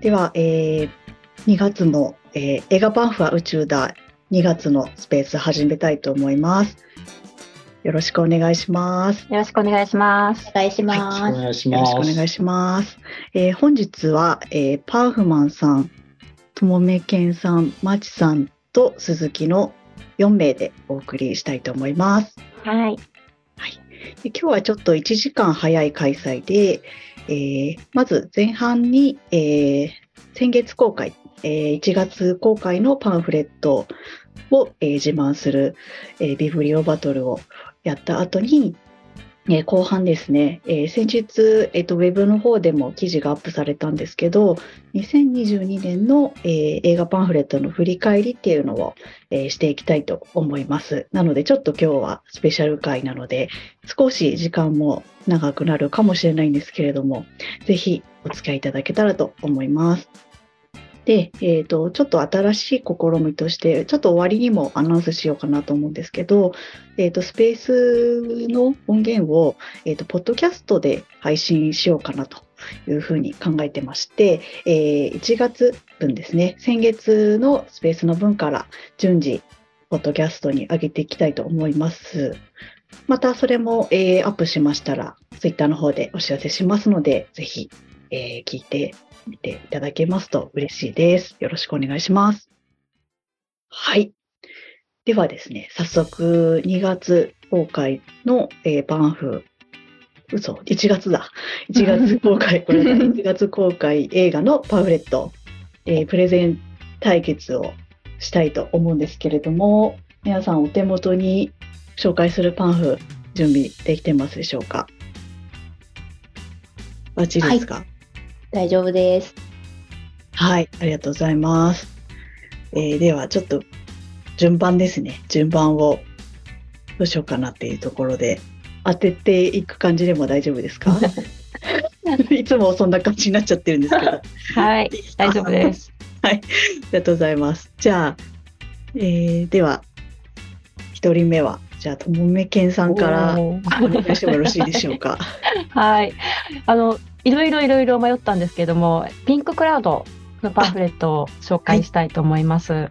では、えー、2月も、えー、映画パンフは宇宙だ2月のスペース始めたいと思います。よろしくお願いします。よろしくお願いしますお。願いしよろしまくおす。願いしよまろす。しくお願いします。えー本日は、えーパーフマンさん、ともめけんさん、まちさんと鈴木の4名でお送りしたいと思います。はい。で今日はちょっと1時間早い開催で、えーまず前半に、えー先月公開、えー1月公開のパンフレットを、えー自慢する、えービブリオバトルをやった後に、えー後半ですね、えー先日、えーとウェブの方でも記事がアップされたんですけど2022年の、えー映画パンフレットの振り返りっていうのを、えーしていきたいと思いますなのでちょっと今日はスペシャル回なので少し時間も長くなるかもしれないんですけれども、ぜひお付き合いいただけたらと思います。で、えっ、と、ちょっと新しい試みとして、ちょっと終わりにもアナウンスしようかなと思うんですけど、えっ、と、スペースの音源を、えっ、と、ポッドキャストで配信しようかなというふうに考えてまして、えー1月分ですね、先月のスペースの分から順次、ポッドキャストに上げていきたいと思います。またそれも、えーアップしましたら、ツイッターの方でお知らせしますので、ぜひ、えー聞いてみていただけますと嬉しいです。よろしくお願いします。はい。ではですね、早速、2月公開の、えーバンフ、嘘、1月だ。1月公開、これ だ、1月公開映画のパンフレット、えープレゼン対決をしたいと思うんですけれども、皆さんお手元に紹介するパンフ準備できてますでしょうかバッチリですかはい、大丈夫です。ありがとうございます、えーではちょっと順番ですね順番をどうしようかなっていうところで当てていく感じでも大丈夫です かいつもそんな感じになっちゃってるんですけどはい。大丈夫です。ありがとうございます。じゃあ、えーでは、一人目は、じゃあ、ともめけんさんからおおー願いしてもよろしいでしょう か。はい。あの、いろいろいろいろ迷ったんですけども、ピンククラウドのパンフレットを紹介したいと思います。は。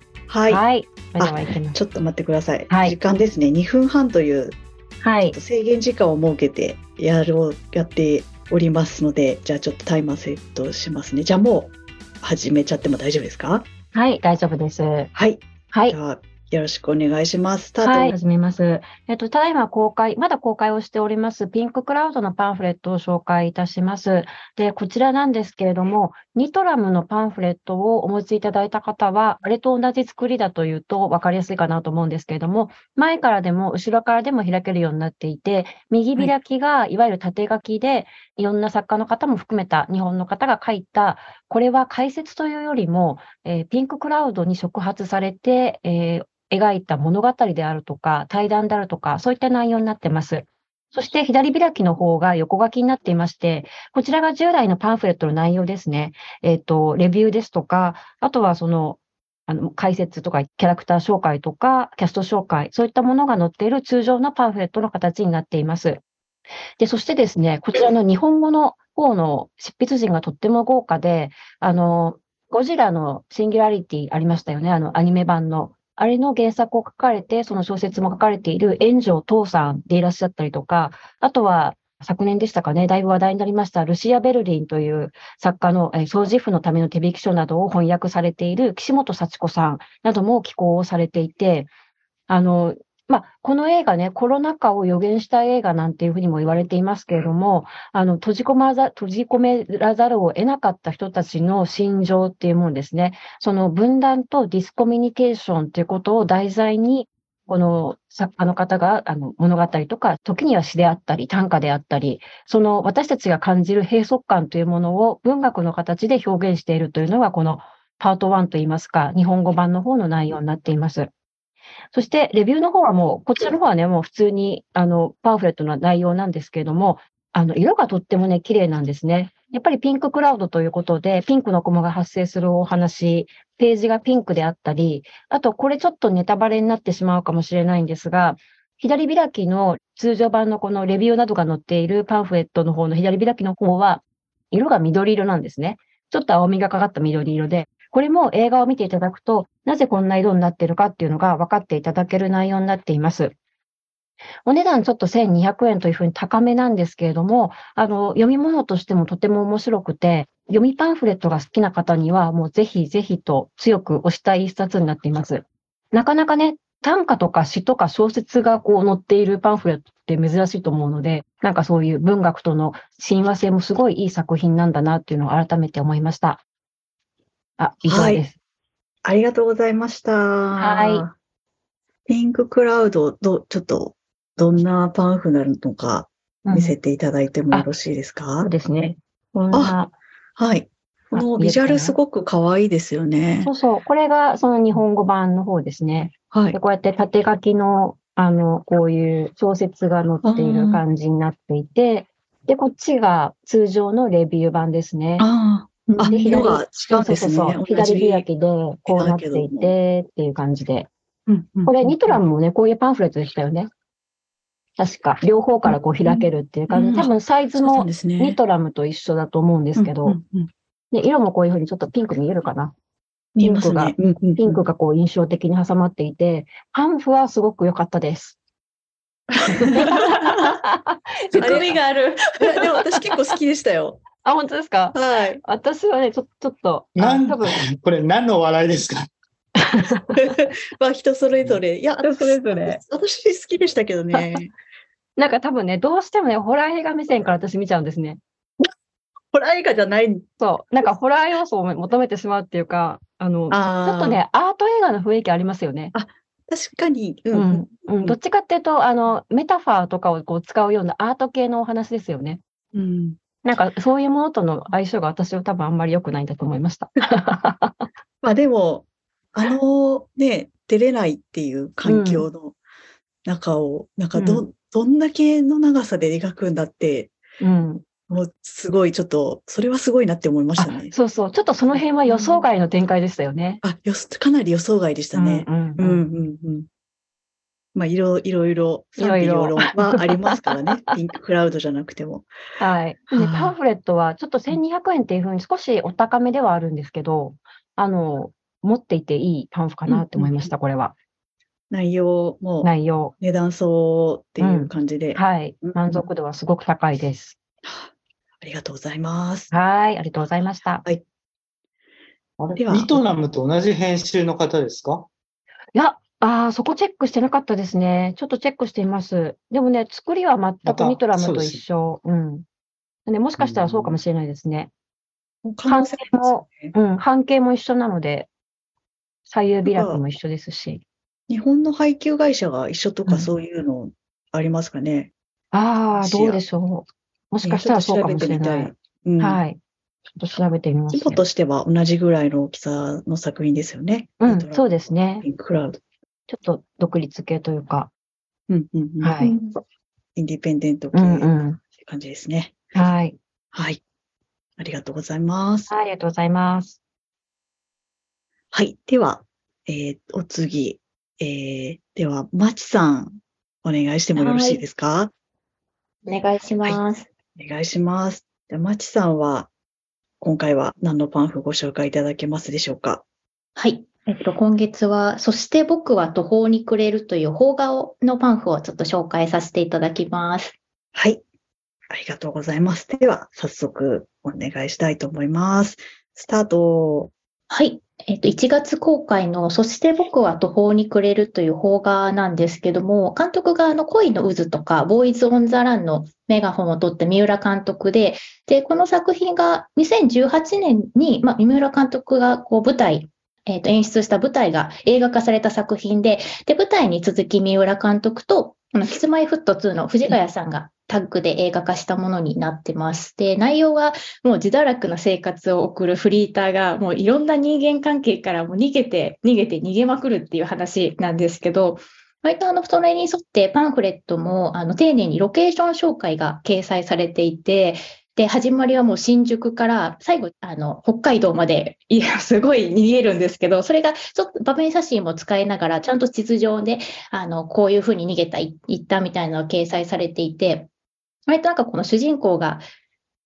はいい、それではいきます。ちょっと待ってください。はい時間ですね。2分半というはい。制限時間を設けてやろうやっておりますので、じゃあちょっとタイマーセットしますね。じゃあもう始めちゃっても大丈夫ですか。はい。大丈夫です。ははい。いで。はよろしくお願いします。スタート。はい、始めます。えっと、ただいま公開、まだ公開をしております、ピンククラウドのパンフレットを紹介いたします。で、こちらなんですけれども、ニトラムのパンフレットをお持ちいただいた方は、あれと同じ作りだというと分かりやすいかなと思うんですけれども、前からでも後ろからでも開けるようになっていて、右開きがいわゆる縦書きで、いろんな作家の方も含めた日本の方が書いた、これは解説というよりも、えーピンククラウドに触発されて、えー描いた物語であるとか、対談であるとか、そういった内容になってます。そして左開きの方が横書きになっていまして、こちらが従来のパンフレットの内容ですね。えっ、と、レビューですとか、あとはその、あの、解説とか、キャラクター紹介とか、キャスト紹介、そういったものが載っている通常のパンフレットの形になっています。で、そしてですね、こちらの日本語の方の執筆陣がとっても豪華で、あの、ゴジラのシンギュラリティありましたよね、あの、アニメ版の。あれの原作を書かれて、その小説も書かれている炎上父さんでいらっしゃったりとか、あとは昨年でしたかね、だいぶ話題になりました、ルシア・ベルリンという作家の、えー掃除婦のための手引き書などを翻訳されている岸本幸子さんなども寄稿をされていて、あの、まあ、この映画ね、コロナ禍を予言した映画なんていうふうにも言われていますけれども、あの、閉じ込まざ、閉じ込めらざるを得なかった人たちの心情っていうものですね。その分断とディスコミュニケーションということを題材に、この作家の方があの物語とか、時には詩であったり、短歌であったり、その私たちが感じる閉塞感というものを文学の形で表現しているというのが、このパート1といいますか、日本語版の方の内容になっています。そして、レビューの方はもう、こちらの方はね、もう普通に、あの、パンフレットの内容なんですけれども、あの、色がとってもね、綺麗なんですね。やっぱりピンククラウドということで、ピンクの雲が発生するお話、ページがピンクであったり、あと、これちょっとネタバレになってしまうかもしれないんですが、左開きの通常版のこのレビューなどが載っているパンフレットの方の左開きの方は、色が緑色なんですね。ちょっと青みがかかった緑色で、これも映画を見ていただくと、なぜこんな色になっているかっていうのが分かっていただける内容になっています。お値段ちょっと1200円というふうに高めなんですけれども、あの、読み物としてもとても面白くて、読みパンフレットが好きな方には、もうぜひぜひと強く推したい一冊になっています。なかなかね、短歌とか詩とか小説がこう載っているパンフレットって珍しいと思うので、なんかそういう文学との親和性もすごいいい作品なんだなっていうのを改めて思いました。あ、以上です。ありがとうございました。。はいピンククラウド、ど、ちょっと、どんなパンフなのかうん見せていただいてもよろしいですか、そうですね。こんなはい。このビジュアルすごく可愛いですよねそ。うそう。これがその日本語版の方ですね。はいで。こうやって縦書きの、あの、こういう小説が載っている感じになっていて、で、こっちが通常のレビュー版ですね。あうんあ、あ、で色が違うんそうですそね。うそう。左開き。きで、こうなっていて、っていう感じで。うんうんこれ、ニトラもね、こういうパンフレットでしたよね。確か、両方からこう開けるっていう感じ。うん多分、サイズそうなんもですね。ニトラムと一緒だと思うんですけど、うんうんうんで色もこういうふうにちょっとピンク見えるかな。見えますね。うんうんうんピンクがこう印象的に挟まっていて、パンフはすごく良かったです。あ、含みが ある。いやでも私結構好きでしたよ。本当ですかはい。 私はね、ちょちょっと、なあん多分これ何の笑いですかまあ人それぞれ。いや、人それぞれ私好きでしたけどね。なんか多分ね、どうしてもね、ホラー映画目線から私見ちゃうんですね。ホラー映画じゃない。そう。なんかホラー要素を求めてしまうっていうか、あの、ちあーょっと。ね、アート映画の雰囲気ありますよね。確かに。う。うんん。うん。どっちかっていうと、あの、メタファーとかをこう使うようなアート系のお話ですよね。うん。なんかそういうものとの相性が私は多分あんまり良くないんだと思いました。まあでも、あのね、出れないっていう環境の中を、なんかど、うどんだけの長さで描くんだって、うん。もうすごいちょっと、それはすごいなって思いましたね。そうそう。ちょっとその辺は予想外の展開でしたよね。あ、よそかなり予想外でしたね。うんううんんううんんうん。まあ、いろいろいろいろ賛い否ろ両論はありますからね。 ピンククラウドじゃなくても。はい。ではいパンフレットはちょっと1200円っていうふうに少しお高めではあるんですけど、あの、持っていていいパンフかなって思いました、これは。内容も内容。値段相応っていう感じで。あはいうん。満足度はすごく高いです。りがとうございます。はい。ありがとうございました。ではニトラムと同じ編集の方ですかいや、ああ、そこチェックしてなかったですね。ちょっとチェックしてみます。でもね、作りは全まくたニトラムそうとです一緒。うん。ね、もしかしたらそうかもしれないですね。可能性ありますよねうん、半径も一緒なので、左右開きも一緒ですし。日本の配給会社が一緒とうかんそういうのありますかね。ああ、視ど野うでしょう。もしねかしたらそうかもしれちょっと調なべていみ。たい。うん。はい。ちょっと調べてみます規模ね。としては同じぐらいの大きさの作品ですよね。うニトラん、ムそうですね。ピンククラウド。ちょっと独立系というか。うんうんうん。はい。インディペンデント系うっんてうん。感じですね。はい。はい。ありがとうございます。はいありがとうございます。はい。では、えー、お次。えー、では、まちさん、お願いしてもよろしいですかお願いします。お願いします。ではまちさんは、今回は何のパンフご紹介いただけますでしょうかはい。えっと、今月は、そして僕は途方に暮れるという邦画のパンフをちょっと紹介させていただきます。はい。ありがとうございます。では、早速、お願いしたいと思います。スタート。はい。えっと、1月公開の、そして僕は途方に暮れるという邦画なんですけども、監督があの恋の渦とか、ボーイズ・オン・ザ・ランのメガホンを取って三浦監督で、で、この作品が2018年に、まあ、三浦監督がこう舞台、えっと、演出した舞台が映画化された作品で、で、舞台に続き三浦監督と、あのキスマイフット2の藤ヶ谷さんがタッグで映画化したものになってます。で、内容がもう自堕落な生活を送るフリーターが、もういろんな人間関係からもう逃げて、逃げて逃げまくるっていう話なんですけど、割とあの、それに沿ってパンフレットも、あの、丁寧にロケーション紹介が掲載されていて、で、始まりはもう新宿から、最後、あの、北海道まで、いや、すごい逃げるんですけど、それが、ちょっと場面写真も使いながら、ちゃんと地図上で、あの、こういうふうに逃げた、い行ったみたいなのが掲載されていて、割となんかこの主人公が、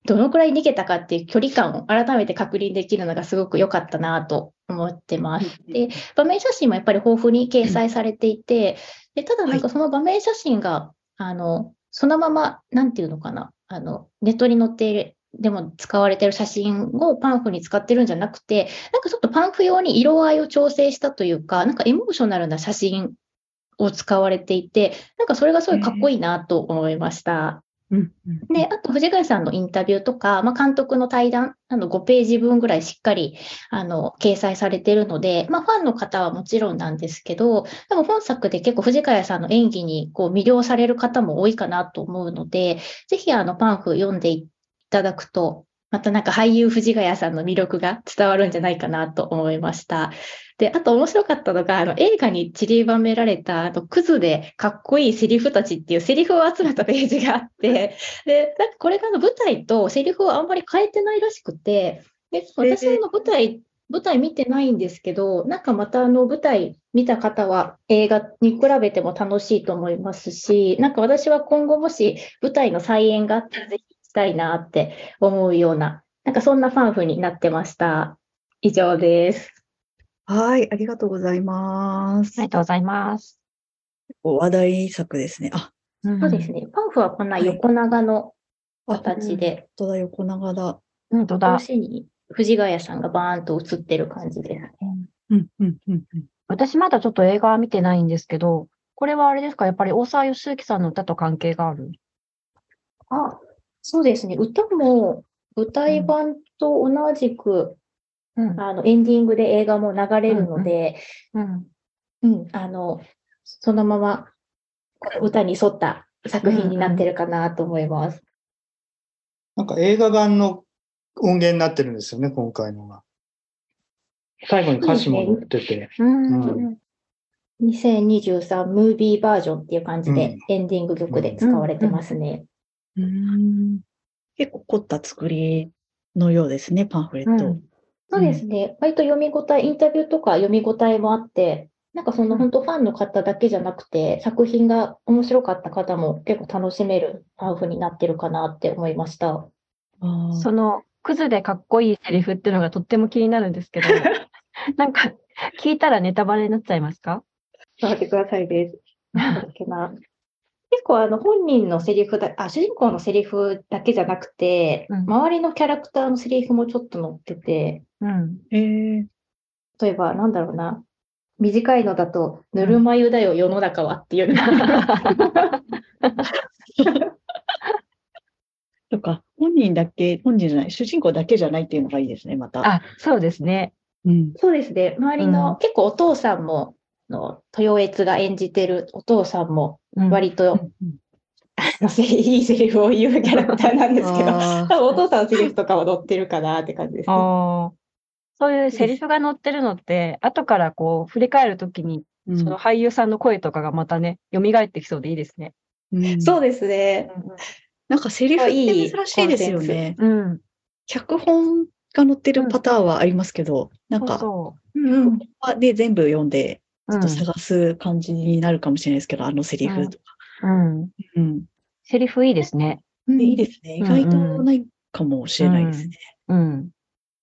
どのくらい逃げたかっていう距離感を改めて確認できるのがすごく良かったなと思ってます。で、場面写真もやっぱり豊富に掲載されていて、でただなんかその場面写真が、あの、そのまま、なんていうのかな、あの、ネットに載っている、でも使われている写真をパンフに使ってるんじゃなくて、なんかちょっとパンフ用に色合いを調整したというか、なんかエモーショナルな写真を使われていて、なんかそれがすごいかっこいいなと思いました。うんで、あと藤ヶ谷さんのインタビューとか、まあ、監督の対談、あの5ページ分ぐらいしっかりあの掲載されているので、まあ、ファンの方はもちろんなんですけど、でも本作で結構藤ヶ谷さんの演技にこう魅了される方も多いかなと思うので、ぜひあのパンフ読んでいただくと、またなんか俳優藤ヶ谷さんの魅力が伝わるんじゃないかなと思いました。で、あと面白かったのが、あの映画に散りばめられた、あのクズでかっこいいセリフたちっていうセリフを集めたページがあって、で、なんかこれがあの舞台とセリフをあんまり変えてないらしくて、で、私はあの舞台、舞台見てないんですけど、なんかまたあの舞台見た方は映画に比べても楽しいと思いますし、なんか私は今後もし舞台の再演があったらぜひ行きたいなって思うような、なんかそんなファンフになってました。以上です。はい、ありがとうございます。ありがとうございます。話題作ですね。あ、そうそうです。ね。パンフはこんな横長のあ形で、本当だ、横長だ。うん、とだ表。紙に藤ヶ谷さんがバーンと映ってる感じです。うん、うん、うん。私まだちょっと映画は見てないんですけど、これはあれですかやっぱり大沢良幸さんの歌と関係があるあ、そうですね。歌も舞台版と同じく、うん。あのエンディングで映画も流れるので、うん。うん、あの、そのままこう歌に沿った作品になってるかなと思います。なんか映画版の音源になってるんですよね、今回のが。最後に歌詞も載ってて。うん。う2023ムービーバージョンっていう感じで、エンディング曲で使われてますね。うーん結構凝った作りのようですね、パンフレット。うんそうですね。割と読み応え、インタビューとか読み応えもあって、なんかその本当ファンの方だけじゃなくて、作品が面白かった方も結構楽しめるパンフになってるかなって思いました。あーその、クズでかっこいいセリフっていうのがとっても気になるんです けど、なんか、聞いたらネタバレになっちゃいますか頑張ってくださいです。なんだっけな。結構あの本人のセリフだ、あ、主人公のセリフだけじゃなくて、うん周りのキャラクターのセリフもちょっと載ってて、うん。えー例えばなんだろうな。短いのだと、ぬるま湯だよ、世の中はっていう。 とか、本人だけ、本人じゃない、主人公だけじゃないっていうのがいいですね、また。あ、そうですね。うん。そうですね。周りの、うん結構お父さんも、あの豊悦が演じてるお父さんも、うん割と、うんあのせいいセリフを言うキャラクターなんですけど、あー 多分お父さんのセリフとかは載ってるかなって感じですね。あーそういうセリフが載ってるのって、後からこう、振り返るときに、うんその俳優さんの声とかがまたね、蘇ってきそうでいいですね。うんそうですね。なんかセリフって珍しいですよいね。うん。脚本が載ってるパターンはありますけど、なんか、そうんまあね、全部読んで、うちょそうっと探す感じになるかもしれないですけど、あのセリフとか。うん。うん。うん。セリフいいですね。うんでいいですね。意外とないかもしれないですね。うん。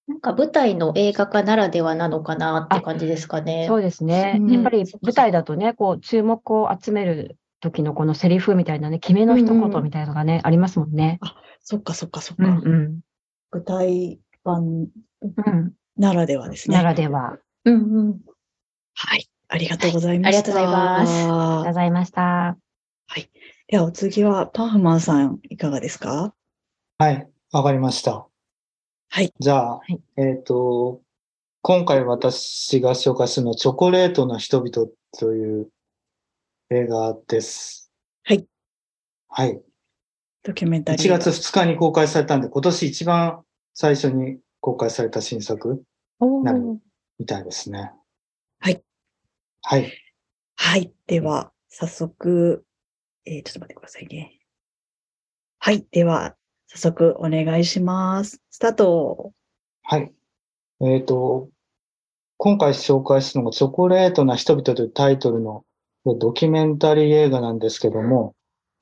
なんか舞台の映画化ならではなのかなって感じですかね。そうですねう。んやっぱり舞台だとね、こう、注目を集める時のこのセリフみたいなね、決めの一言みたいなのがね、ありますもんね。そっかそっかそっうか。んうん。舞台版うん。ならではですね。ならでは。ありうんうん。はい。ありがとうございまはいしありた。がとうございますがとうございました。ではお次はパンフマンさんいかがですかはい、わかりました。はい。じゃあ、いえっ、と、今回私が紹介するのは、チョコレートの人々という映画です。はい。はい。ドキュメンタリー。 1月。2日に公開されたんで、今年一番最初に公開された新作おなるーみたいですね。はい。はい。はい。では、早速、えーちょっと待ってくださいね。はい。では、早速お願いします。スタート。はい。えっ、と、今回紹介するのがチョコレートな人々というタイトルのドキュメンタリー映画なんですけども、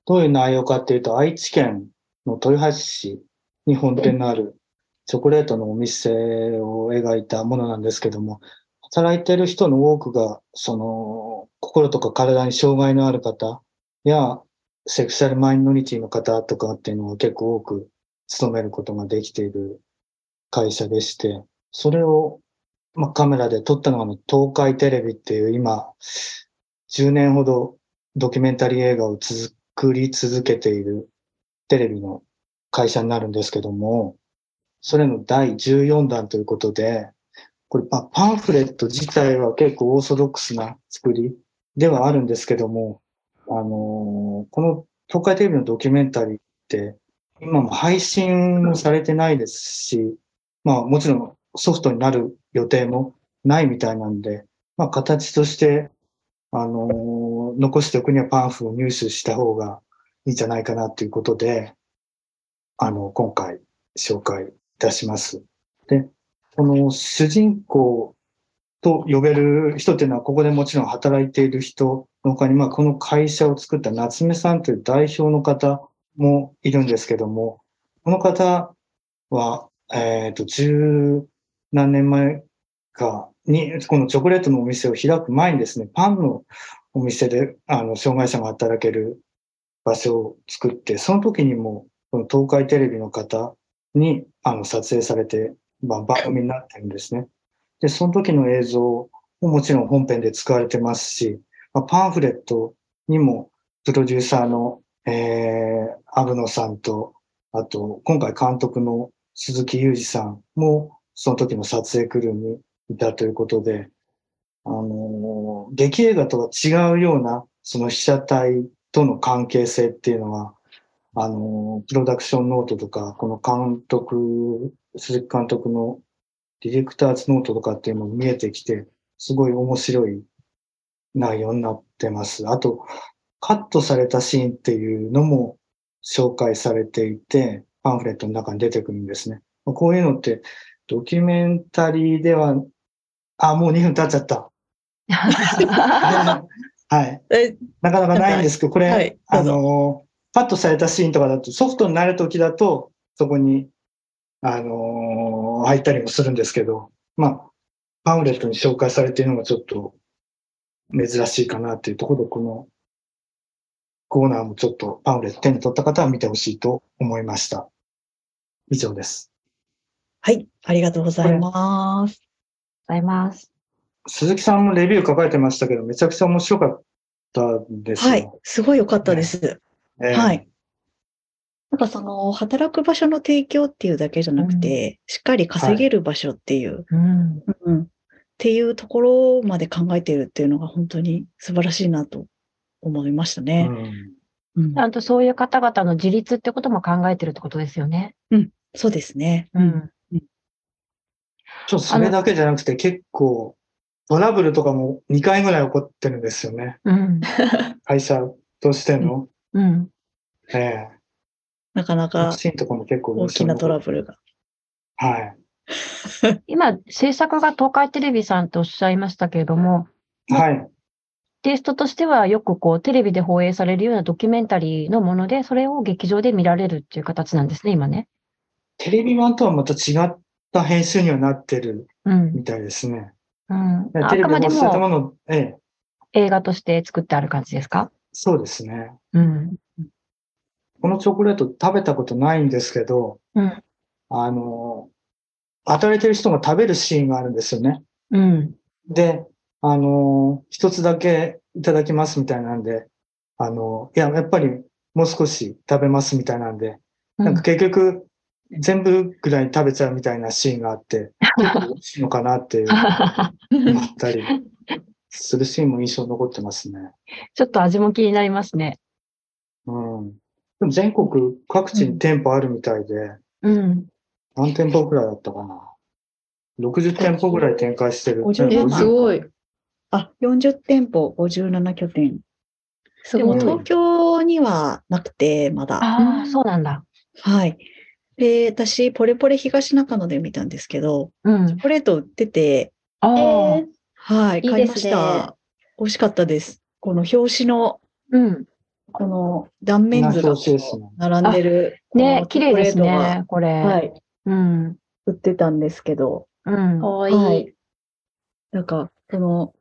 どういう内容かっていうと、愛知県の豊橋市に本店のあるチョコレートのお店を描いたものなんですけども、働いてる人の多くが、その、心とか体に障害のある方や、セクシャルマイノリティの方とかっていうのは結構多く勤めることができている会社でして、それを、まあ、カメラで撮ったのが、東海テレビっていう今、10年ほどドキュメンタリー映画を作り続けているテレビの会社になるんですけども、それの第14弾ということで、これ、まあ、パンフレット自体は結構オーソドックスな作りではあるんですけども、あのー、この東海テレビのドキュメンタリーって、今も配信もされてないですし、まあもちろんソフトになる予定もないみたいなんで、まあ形として、あのー、残しておくにはパンフを入手した方がいいんじゃないかなということで、あの、今回紹介いたします。で、この主人公と呼べる人っていうのは、ここでもちろん働いている人の他に、まあ、この会社を作った夏目さんという代表の方もいるんですけども、この方は、えっ、ー、と、十何年前かに、このチョコレートのお店を開く前にですね、パンのお店で、あの、障害者が働ける場所を作って、その時にも、この東海テレビの方に、あの、撮影されて、まあ、番組になってるんですね。で、その時の映像ももちろん本編で使われてますし、まあ、パンフレットにもプロデューサーの、えー、アブノさんと、あと、今回監督の鈴木裕二さんも、その時の撮影クルーにいたということで、あのー、劇映画とは違うような、その被写体との関係性っていうのは、あのー、プロダクションノートとか、この監督、鈴木監督のディレクターズノートとかっていうのも見えてきて、すごい面白い内容になってます。あと、カットされたシーンっていうのも紹介されていて、パンフレットの中に出てくるんですね。こういうのって、ドキュメンタリーでは、あ、もう2分経っちゃった。 はい。なかなかないんですけど、これ、はい、あの、カットされたシーンとかだと、ソフトになるときだと、そこに、あのー入ったりもするんですけど、まあ、パンフレットに紹介されているのがちょっと珍しいかなっていうところで、このコーナーもちょっとパンフレット手に取った方は見てほしいと思いました。以上です。はい、ありがとうございます。ございます。 鈴木さんもレビュー書かれてましたけど、めちゃくちゃ面白かったですはい、すごい良かったです。ね、はい。なんかその、働く場所の提供っていうだけじゃなくて、うん、しっかり稼げる場所っていう、はいうんうん、っていうところまで考えているっていうのが本当に素晴らしいなと思いましたね。うん、ちゃんとそういう方々の自立ってことも考えてるってことですよね。うん、そうですね。うん。ちょっとそれだけじゃなくて結構、トラブルとかも2回ぐらい起こってるんですよね。うん、会社としての。うん。ええなかなか大きなトラブルが。はい。今、制作が東海テレビさんとおっしゃいましたけれども、はい。テイストとしてはよくこうテレビで放映されるようなドキュメンタリーのもので、それを劇場で見られるっていう形なんですね、今ね。テレビ版とはまた違った編集にはなってるみたいですね。うん。うん、テレビでもたもの、ええ、映画として作ってある感じですかそうですね。うん。このチョコレート食べたことないんですけど、うん、あの、働いてる人が食べるシーンがあるんですよね。うん、で、あの、一つだけいただきますみたいなんで、あの、いや、やっぱりもう少し食べますみたいなんで、なんか結局、全部ぐらい食べちゃうみたいなシーンがあって、美味しいのかなって思ったりするシーンも印象残ってますね。 ちょっと味も気になりますね。うん。でも全国各地に店舗あるみたいで、うん。何店舗くらいだったかな。60店舗ぐらい展開してる。 50店舗。すごい。あ、40店舗、57拠点。でも東京にはなくて、まだ。ああ、そうなんだ。はい。で、私、ポレポレ東中野で見たんですけど、うん、チョコレート売ってて、あえはい、買いました。美味しかったです。この表紙の、うん。この断面図が並んでる。ね、綺麗ですね、これ。はい。うん。売ってたんですけど。うん。かわいい。はい、なんか、この、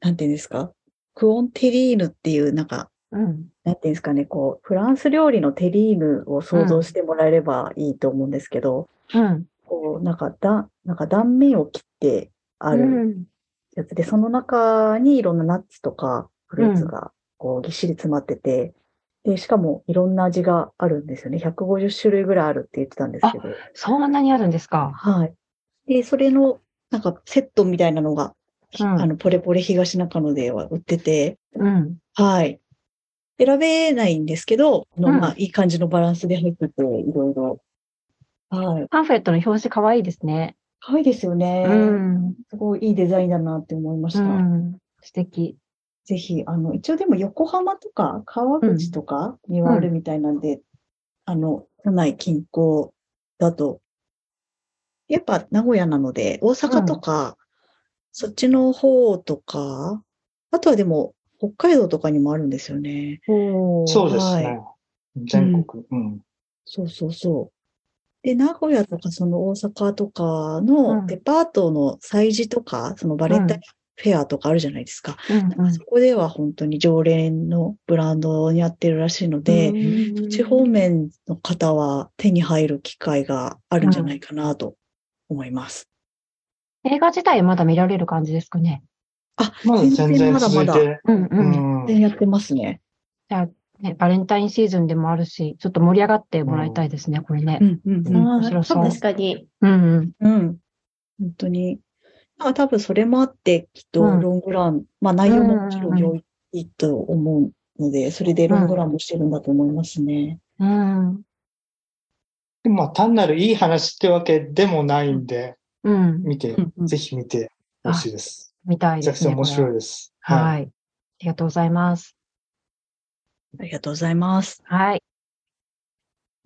なんていうんですかクオンテリーヌっていう、なんか、うん、なんていうんですかね、こう、フランス料理のテリーヌを想像してもらえればいいと思うんですけど、うん、こう、なんかだ、なんか断面を切ってあるやつで、うん、その中にいろんなナッツとかフルーツがこうぎっしり詰まってて、うん、で、しかもいろんな味があるんですよね。150種類ぐらいあるって言ってたんですけど。そんなにあるんですかはい。で、それの、なんかセットみたいなのが、うん、あの、ポレポレ東中野では売ってて、うん、はい。選べないんですけど、のまあ、いい感じのバランスで入ってて、いろいろ。はい。パンフレットの表紙かわいいですね。かわいいですよね。うん。、すごいいいデザインだなって思いました。うん素敵。ぜひ、あの、一応でも横浜とか川口とかにはあるみたいなんで、うんうん、あの、都内近郊だと、やっぱ名古屋なので、大阪とか、そっちの方とか、あとはでも、北海道とかにもあるんですよね。そうですね。はい、全国、うん。そうそうそう。で、名古屋とかその大阪とかのデパートの催事とか、うん、そのバレンタインフェアとかあるじゃないですか。うん、そこでは本当に常連のブランドにやってるらしいので、そっち方面の方は手に入る機会があるんじゃないかなと思います。うん、映画自体まだ見られる感じですかね。あ、ま全然まだまだ。うんう全ん。然やってますね。じゃあね、バレンタインシーズンでもあるし、ちょっと盛り上がってもらいたいですね、うん、これね。うんうん、うん、面白そう。確かに。うんうん。うん。本当に。まあ多分それもあって、きっとロングラン、うん、まあ内容ももちろん良いと思うので、それでロングランもしてるんだと思いますね。うん。でもまあ単なるいい話ってわけでもないんで、うん。見て、ぜひ見てほしいです。みたいですね。面白いです。はい、はい。ありがとうございます。ありがとうございます。はい。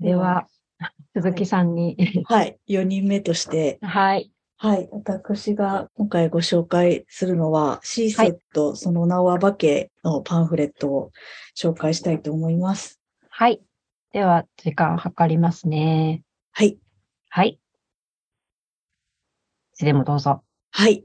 では、 鈴木さんに、はい。はい。4人目として。はい。はい。私が今回ご紹介するのは、シーセット、はい、その名は化けのパンフレットを紹介したいと思います。はい。では、時間を計りますね。はい。はい。いつでもどうぞ。はい。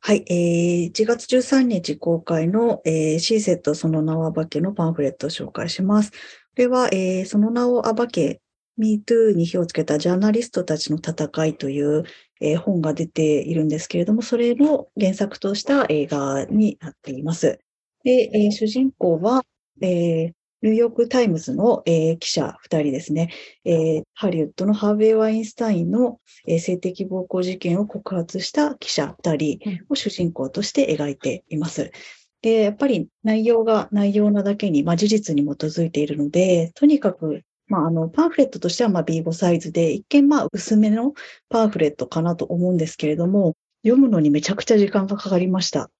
はい、えー、1月13日公開の、えー、シーセットその名を暴けのパンフレットを紹介します。これは、えー、その名を暴け、MeToo に火をつけたジャーナリストたちの戦いという、えー、本が出ているんですけれども、それの原作とした映画になっています。で、えー、主人公は、えー、ニューヨークタイムズの、えー、記者2人ですね、えー、ハリウッドのハーベイ・ワインスタインの、えー、性的暴行事件を告発した記者2人を主人公として描いています。でやっぱり内容が内容なだけに、まあ、事実に基づいているので、とにかく、まあ、あのパンフレットとしてはま B5 サイズで、一見まあ薄めのパンフレットかなと思うんですけれども、読むのにめちゃくちゃ時間がかかりました。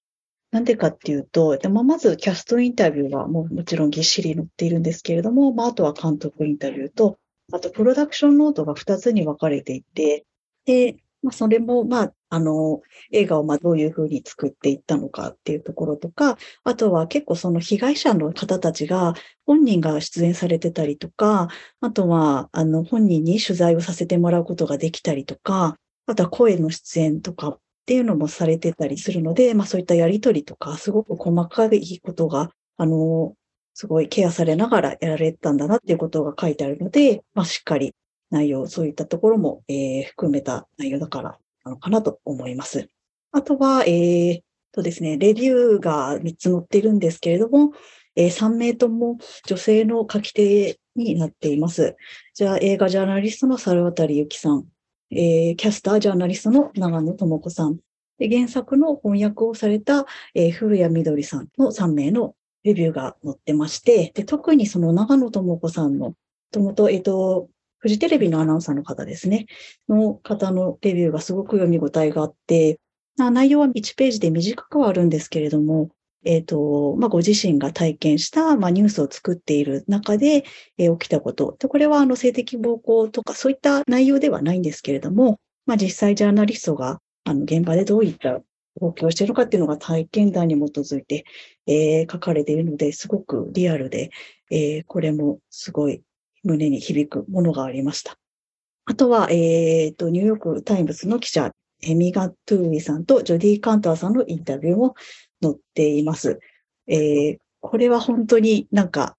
なんでかっていうと、でまあ、まずキャストインタビューはもうもちろんぎっしり載っているんですけれども、まあ、あとは監督インタビューと、あとプロダクションノートが2つに分かれていて、で、まあ、それも、まあ、あの、映画をまどういうふうに作っていったのかっていうところとか、あとは結構その被害者の方たちが本人が出演されてたりとか、あとは、あの、本人に取材をさせてもらうことができたりとか、あとは声の出演とかっていうのもされてたりするので、まあそういったやりとりとか、すごく細かいことが、あの、すごいケアされながらやられたんだなっていうことが書いてあるので、まあしっかり内容、そういったところも、えー、含めた内容だからなのかなと思います。あとは、えー、とですね、レビューが3つ載っているんですけれども、えー、3名とも女性の書き手になっています。じゃあ、映画ジャーナリストの猿渡由紀さん、えー、キャスター、ジャーナリストの長野智子さん。で原作の翻訳をされた、えー、古谷みどりさんの3名のレビューが載ってまして、で特にその長野智子さんの、ともと、えっ、ー、と、フジテレビのアナウンサーの方ですね、の方のレビューがすごく読み応えがあって、内容は1ページで短くはあるんですけれども、えっ、ー、と、まあ、ご自身が体験した、まあ、ニュースを作っている中で、えー、起きたこと。で、これは、あの、性的暴行とか、そういった内容ではないんですけれども、まあ、実際ジャーナリストが、あの、現場でどういった公共しているのかっていうのが体験談に基づいて、えー書かれているので、すごくリアルで、えーこれもすごい胸に響くものがありました。あとは、えーと、ニューヨークタイムズの記者、エミガ・トゥーイさんとジョディ・カンターさんのインタビューも載っています。えーこれは本当になんか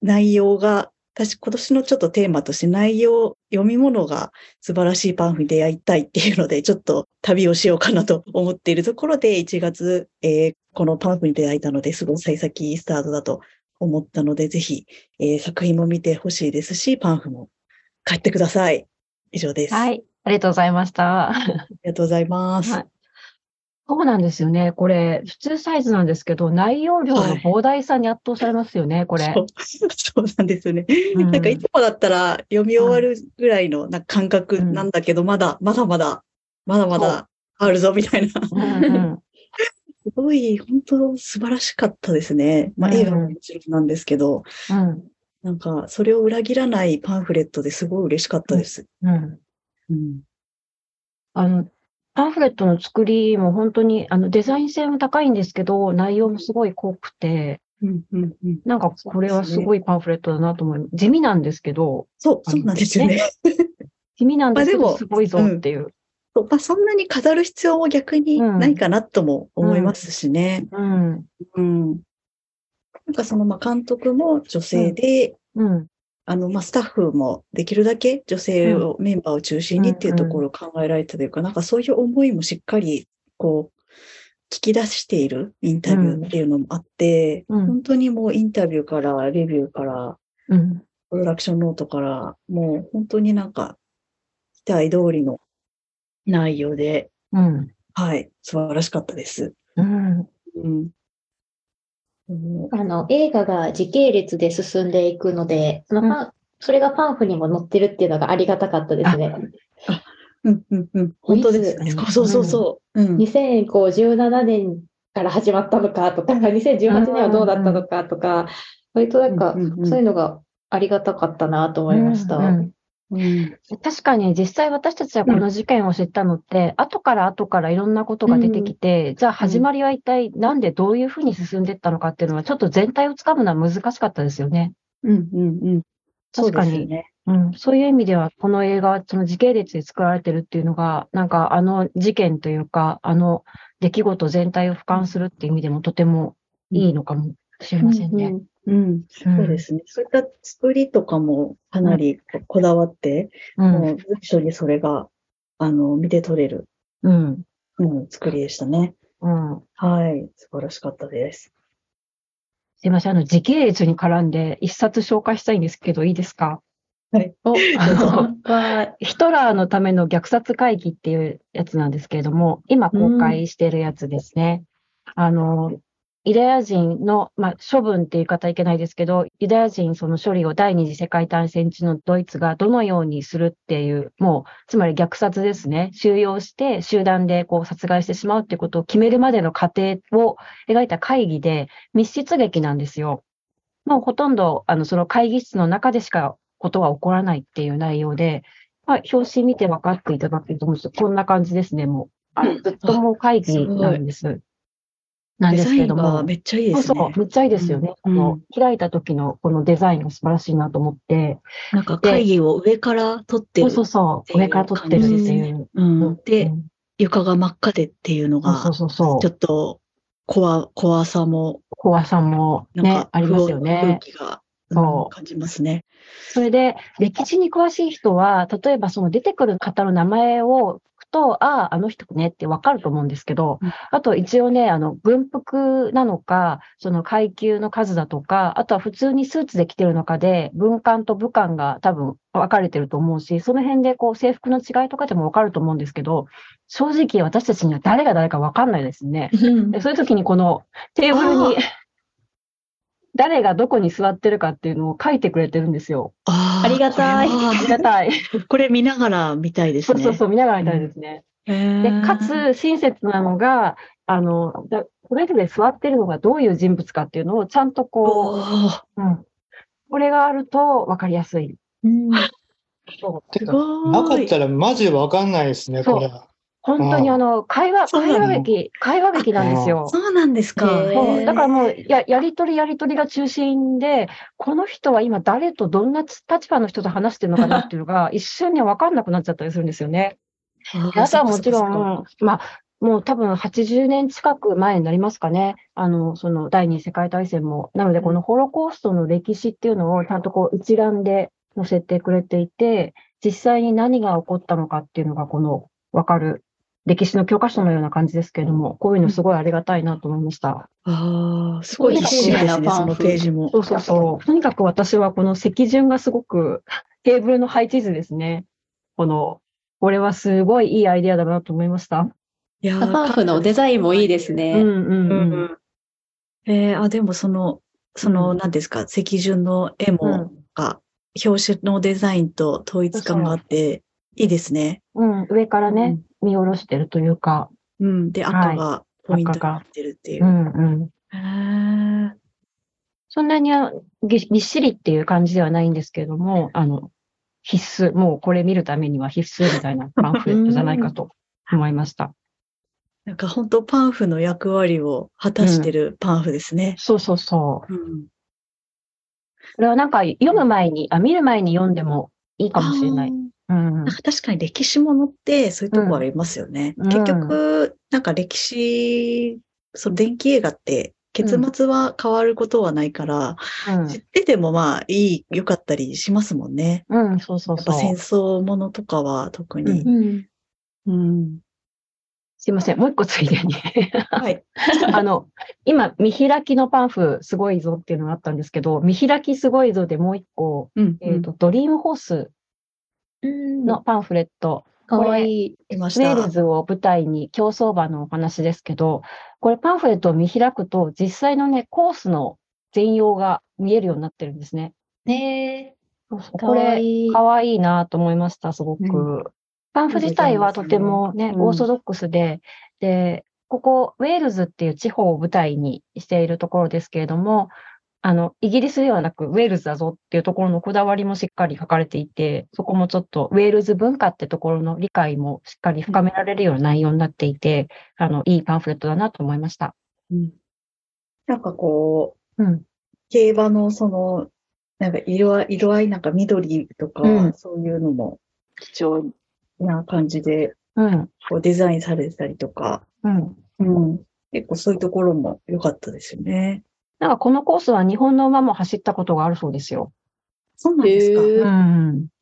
内容が、私今年のちょっとテーマとして内容、読み物が素晴らしいパンフに出会いたいっていうので、ちょっと旅をしようかなと思っているところで、1月、えーこのパンフに出会えたのですごい幸先スタートだと思ったので、ぜひ、えー作品も見てほしいですし、パンフも買ってください。以上です。はありい。ありがとうございました。がとうございます。はいそうなんですよね。これ、普通サイズなんですけど、内容量の膨大さに圧倒されますよね、これそ。うそうなんですよね。うんなんかいつもだったら読み終わるぐらいのなんか感覚なんだけど、まだ、まだまだ、まだまだあるぞみたいな。すうんうんごい、本当素晴らしかったですね。まあうん映画ももちろんなんですけど、うんなんかそれを裏切らないパンフレットですごい嬉しかったです。うんうん。あの、パンフレットの作りも本当に、あの、デザイン性も高いんですけど、内容もすごい濃くて、うん、うん、うん。なんかこれはすごいパンフレットだなと思い、地味なんですけど、そう、そうなんですよね。地味なんですけまあでど、もすごいぞっていう。そうまあそんなに飾る必要も逆にないかなとも思いますしね。うん。うん。なんかその、まあ監督も女性で、うん。あの、まあ、スタッフもできるだけ女性を、メンバーを中心にっていうところを考えられたというか、なんかそういう思いもしっかり、こう、聞き出しているインタビューっていうのもあって、うん本当にもうインタビューから、レビューから、うん。プロダクションノートから、もう本当になんか、期待通りの内容で、うん。はい、素晴らしかったです。うん。うん。うんあの、映画が時系列で進んでいくので、そのパン、それがパンフにも載ってるっていうのがありがたかったですね。うん、うん、うん。本当ですいね。つそうそうそうそう。うん。 2017年から始まったのかとか、2018年はどうだったのかとか、割となんか、うんうんうんそういうのがありがたかったなと思いました。うんうんうん確かに実際私たちはこの事件を知ったのって、後から後からいろんなことが出てきて、じゃあ始まりは一体なんでどういうふうに進んでいったのかっていうのは、ちょっと全体をつかむのは難しかったですよね。うん、うん、うん。確かにそうですね。うん、そういう意味では、この映画はその時系列で作られてるっていうのが、なんかあの事件というか、あの出来事全体を俯瞰するっていう意味でもとてもいいのかもしれませんね。うん、そうですね。そういった作りとかもかなりここだわって、うん。もう随所にそれが、あの、見て取れる、うん。うん、作りでしたね。うん。はい。素晴らしかったです。すいません。あの、時系列に絡んで、一冊紹介したいんですけど、いいですかはい。お、あの、はヒトラーのための虐殺会議っていうやつなんですけれども、今公開しているやつですね。あの、ユダヤ人の、まあ、処分って言い方いけないですけど、ユダヤ人その処理を第二次世界大戦中のドイツがどのようにするっていう、もう、つまり虐殺ですね。収容して、集団でこう殺害してしまうっていうことを決めるまでの過程を描いた会議で、密室劇なんですよ。もうほとんど、あの、その会議室の中でしかことは起こらないっていう内容で、はい、表紙見て分かっていただけると思うんですけどこんな感じですね、もう。あずっともう会議なんです。なんデですザけイれンどがも。めっちゃいいでそうすね。そう、めっちゃいいですよね。うんあのう開いた時のこのデザインが素晴らしいなと思って、なんか会議を上から撮ってそうる。そうそう、上から撮ってるっていう。うん。うで、ん床が真っ赤でっていうのそうがそう、そうそちょう、っと怖、怖さも、怖さもなんねか、、ありますよね。空気が、そううん感じますね。それで、歴史に詳しい人は、例えばその出てくる方の名前を聞くと、ああ、あの人ねってわかると思うんですけどうん、あと一応ね、あの、軍服なのか、その階級の数だとか、あとは普通にスーツで着てるのかで、文官と武官が多分分かれてると思うし、その辺でこう制服の違いとかでもわかると思うんですけど、正直私たちには誰が誰かわかんないですね。い。でそういう時にこのテーブ ルに誰がどこに座ってるかっていうのを書いてくれてるんですよ。あーありがたいこれはありがたい。これ見ながら見たいです そうね。そうそう、見ながらみたいですね。で、でか、つ、親切なのが、あの、だそれぞれ座ってるのがどういう人物かっていうのをちゃんとこおーう、うん。これがあると分かりやすい。うんそすごーい。なかったらマジわかんないですね、そうこれ。本当にあの、会話、会話劇、会話劇なんですよ。そうなんですか。もうだからもうや、やりとりやりとりが中心で、この人は今誰とどんな立場の人と話してるのかなっていうのが、一瞬に分かんなくなっちゃったりするんですよね。あとはもちろん、まあ、もう多分80年近く前になりますかね。あの、その第二次世界大戦も。なので、このホロコーストの歴史っていうのをちゃんとこう一覧で載せてくれていて、実際に何が起こったのかっていうのが、この分かる歴史の教科書のような感じですけれども、こういうのすごいありがたいなと思いました。うん、ああ、すごい一心ですね、そのページも。そうそうそう。とにかく私はこの席順がすごく、 テーブルの配置図ですね。この、これはすごいいいアイデアだなと思いました。いやパンフのデザインもいいですね。うんうんうん。うん、えー、あ、でもその、その、何ですか、席順の絵も、が、表紙のデザインと統一感があって、いいですね。うん、上からね、見下ろしてるというか。うん、で、赤がポイントになってるっていう。はい、うんうん。そんなにぎぎっしりっていう感じではないんですけれども、あの、必須、もうこれ見るためには必須みたい なパンフレットじゃないかと思いました。んなんか本当パンフの役割を果たしてるパンフですね。うん、そうそうそう。うん、これはなんか読む前に、あ、見る前に読んでもいいかもしれない。うん、 か確かに歴史ものってそういうとこありますよね。うん、結局、なんか歴史、その電気映画って結末は変わることはないから、うん、知っててもまあいい、良かったりしますもんね。うん、そうそうそう。やっぱ戦争ものとかは特に。うん。すいません、もう一個ついで に。はい。あの、今、見開きのパンフすごいぞっていうのがあったんですけど、見開きすごいぞでもう一個、うんえっ、と、ドリームホースのパンフレット。かわいい。ウェールズを舞台に競走馬のお話ですけど、これパンフレットを見開くと、実際のね、コースの全容が見えるようになってるんですね。ねこれ、かわいいなと思いました、すごく。うん、パンフ自体はとてもね、うん、オーソドックスで、で、ここ、ウェールズっていう地方を舞台にしているところですけれども、あの、イギリスではなくウェールズだぞっていうところのこだわりもしっかり書かれていて、そこもちょっとウェールズ文化ってところの理解もしっかり深められるような内容になっていて、あの、いいパンフレットだなと思いました。うん、なんかこう、うん、競馬のその、なんか色色合いなんか緑とか、うん、そういうのも貴重な感じで、うん、こうデザインされてたりとか、うんうん、結構そういうところも良かったですよね。なんかこのコースは日本の馬も走ったことがあるそうですよ。そうなんですか。えー、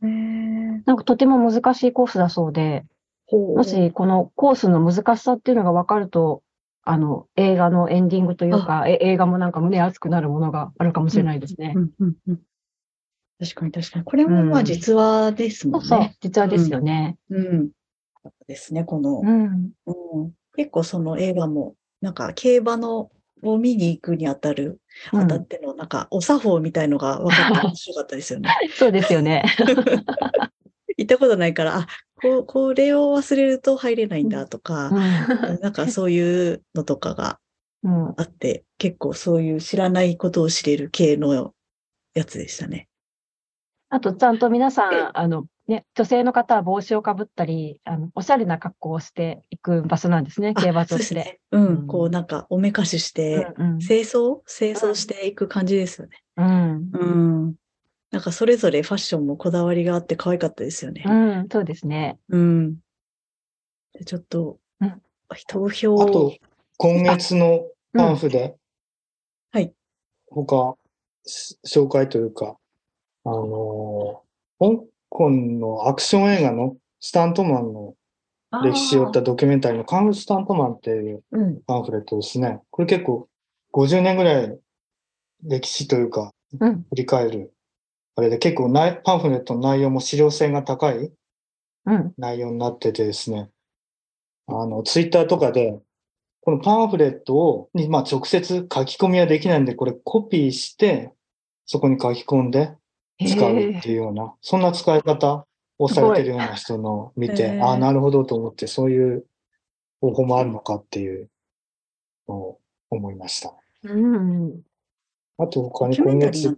うん。なんかとても難しいコースだそうで、もしこのコースの難しさっていうのが分かると、あの、映画のエンディングというか、映画もなんか胸熱くなるものがあるかもしれないですね。確かに確かに。これもまあ実話ですもんね。うん、そうそう実話ですよね。うん。うん、ですね、この、うん、うん。結構その映画も、なんか競馬のを見に行くにあたる、あたっての、なんか、お作法みたいのが分かって面白かった ですよね。そうですよね。行ったことないから、あ、ここれを忘れると入れないんだとか、うん、なんかそういうのとかがあって、うん、結構そういう知らないことを知れる系のやつでしたね。あと、ちゃんと皆さん、あの、ね、女性の方は帽子をかぶったり、あの、おしゃれな格好をしていく場所なんですね、競馬場って。ね、うん、うん、こうなんか、おめかしして、うんうん、清掃清掃していく感じですよね。うん。うん。なんか、それぞれファッションもこだわりがあって可愛かったですよね。うん、そうですね。うん。でちょっと、うん、投票あと、今月のパンフで、うん、はい。他、紹介というか、あのー、香港のアクション映画のスタントマンの歴史を追ったドキュメンタリーのカンフスタントマンっていうパンフレットですね。うん、これ結構50年ぐらい歴史というか、振り返る。あれで結構ないパンフレットの内容も資料性が高い内容になっててですね。うん、あの、ツイッターとかで、このパンフレットを、に、まあ、直接書き込みはできないんで、これコピーして、そこに書き込んで、使うっていうような、そんな使い方をされてるような人の見て、ああ、なるほどと思って、そういう方法もあるのかっていうのを思いました。うん、あと他に今月、ね、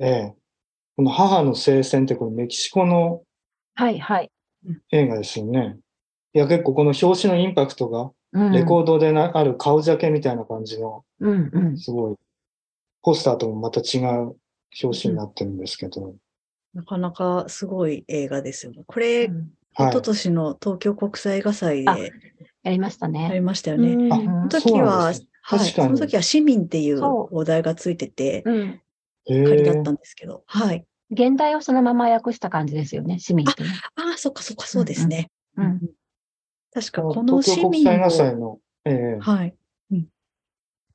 ええ、この母の聖戦ってこれメキシコのはいはい映画ですよね。いや、結構この表紙のインパクトが、レコードでなある顔ジャケみたいな感じの、うんうん、すごい、ポスターともまた違う表紙になってるんですけど。なかなかすごい映画ですよね。これ、うん、一昨年の東京国際映画祭で、やりましたね。やりましたよね。うん、その時は、ね、はい、その時は市民っていうお題がついてて、うん、仮だったんですけど、はい。現代をそのまま訳した感じですよね、市民ってね。ああ、そっかそっか、そうですね。うん、うん確かこの市民を国際映画祭の、ええ、はい、うん、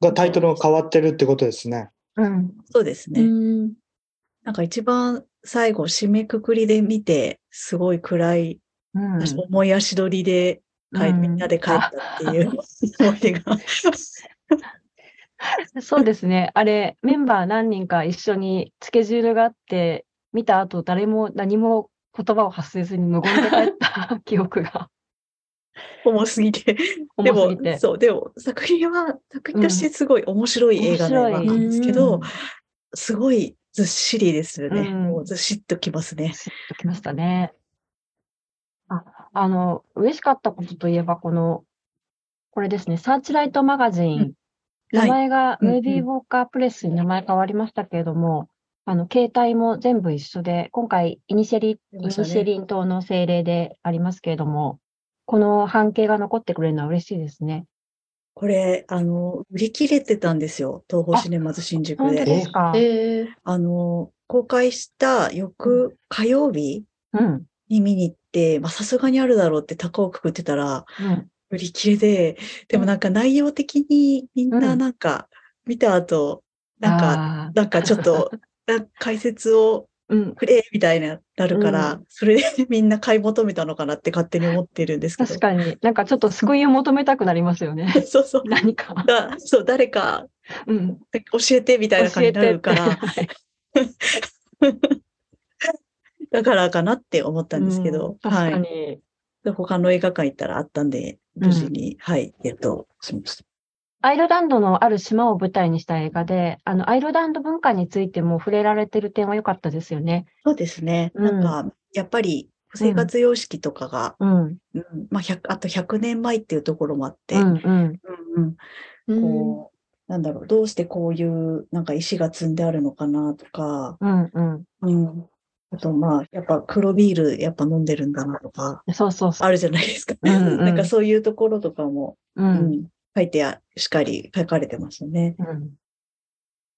がタイトルが変わってるってことですね。うん、そうですね。なんか一番最後締めくくりで見て、すごい暗い、うん、思い足取りで、はい、みんなで帰ったっていう思い出 が。そうですね。あれ、メンバー何人か一緒にスケジュールがあって、見た後、誰も何も言葉を発せずに無言で帰った 記憶が。重すぎて。でも、そう、でも作品は、作品としてすごい面白い映画の映画なんですけど、うん、すごいずっしりですよね。うん、もうずしっときますね。ずっときましたね。あ、あの、嬉しかったことといえば、この、これですね、サーチライトマガジン。うんはい、名前が、ムービーウォーカープレスに名前変わりましたけれども、あの、携帯も全部一緒で、今回、イニシェリ、ね、イニシェリン島の精霊でありますけれども、この半径が残ってくれるのは嬉しいですね。これ、あの、売り切れてたんですよ。東宝シネマズ新宿で。本当ですか。えー、あの、公開した翌火曜日に見に行って、うん、まあさすがにあるだろうって高をくくってたら、うん、売り切れで、でもなんか内容的にみんななんか見た後、うん、なんか、なんかちょっ と、解説をうん、くれみたいになるから、うん、それでみんな買い求めたのかなって勝手に思ってるんですけど。確かに、なんかちょっと救いを求めたくなりますよ ね。 そうそう。何か。だそう、誰か、うん、教えてみたいな感じになるから。だからかなって思ったんですけど、うん、確かに、はいで。他の映画館行ったらあったんで、無事に、うん、はい、えっと、しました。アイルランドのある島を舞台にした映画で、あの、アイルランド文化についても触れられてる点は良かったですよね。そうですね。うん、なんか、やっぱり、生活様式とかが、うん、うん、まあ、100、あと100年前っていうところもあって、うんうん。うんうん、こう、なんだろう、どうしてこういう、なんか石が積んであるのかなとか、うんうん。うんあと、まあ、やっぱ黒ビール、やっぱ飲んでるんだなとか、そうそうあるじゃないですか。うんうん、 なんかそういうところとかも、うん、書いてあ、しっかり書かれてましたね。うん、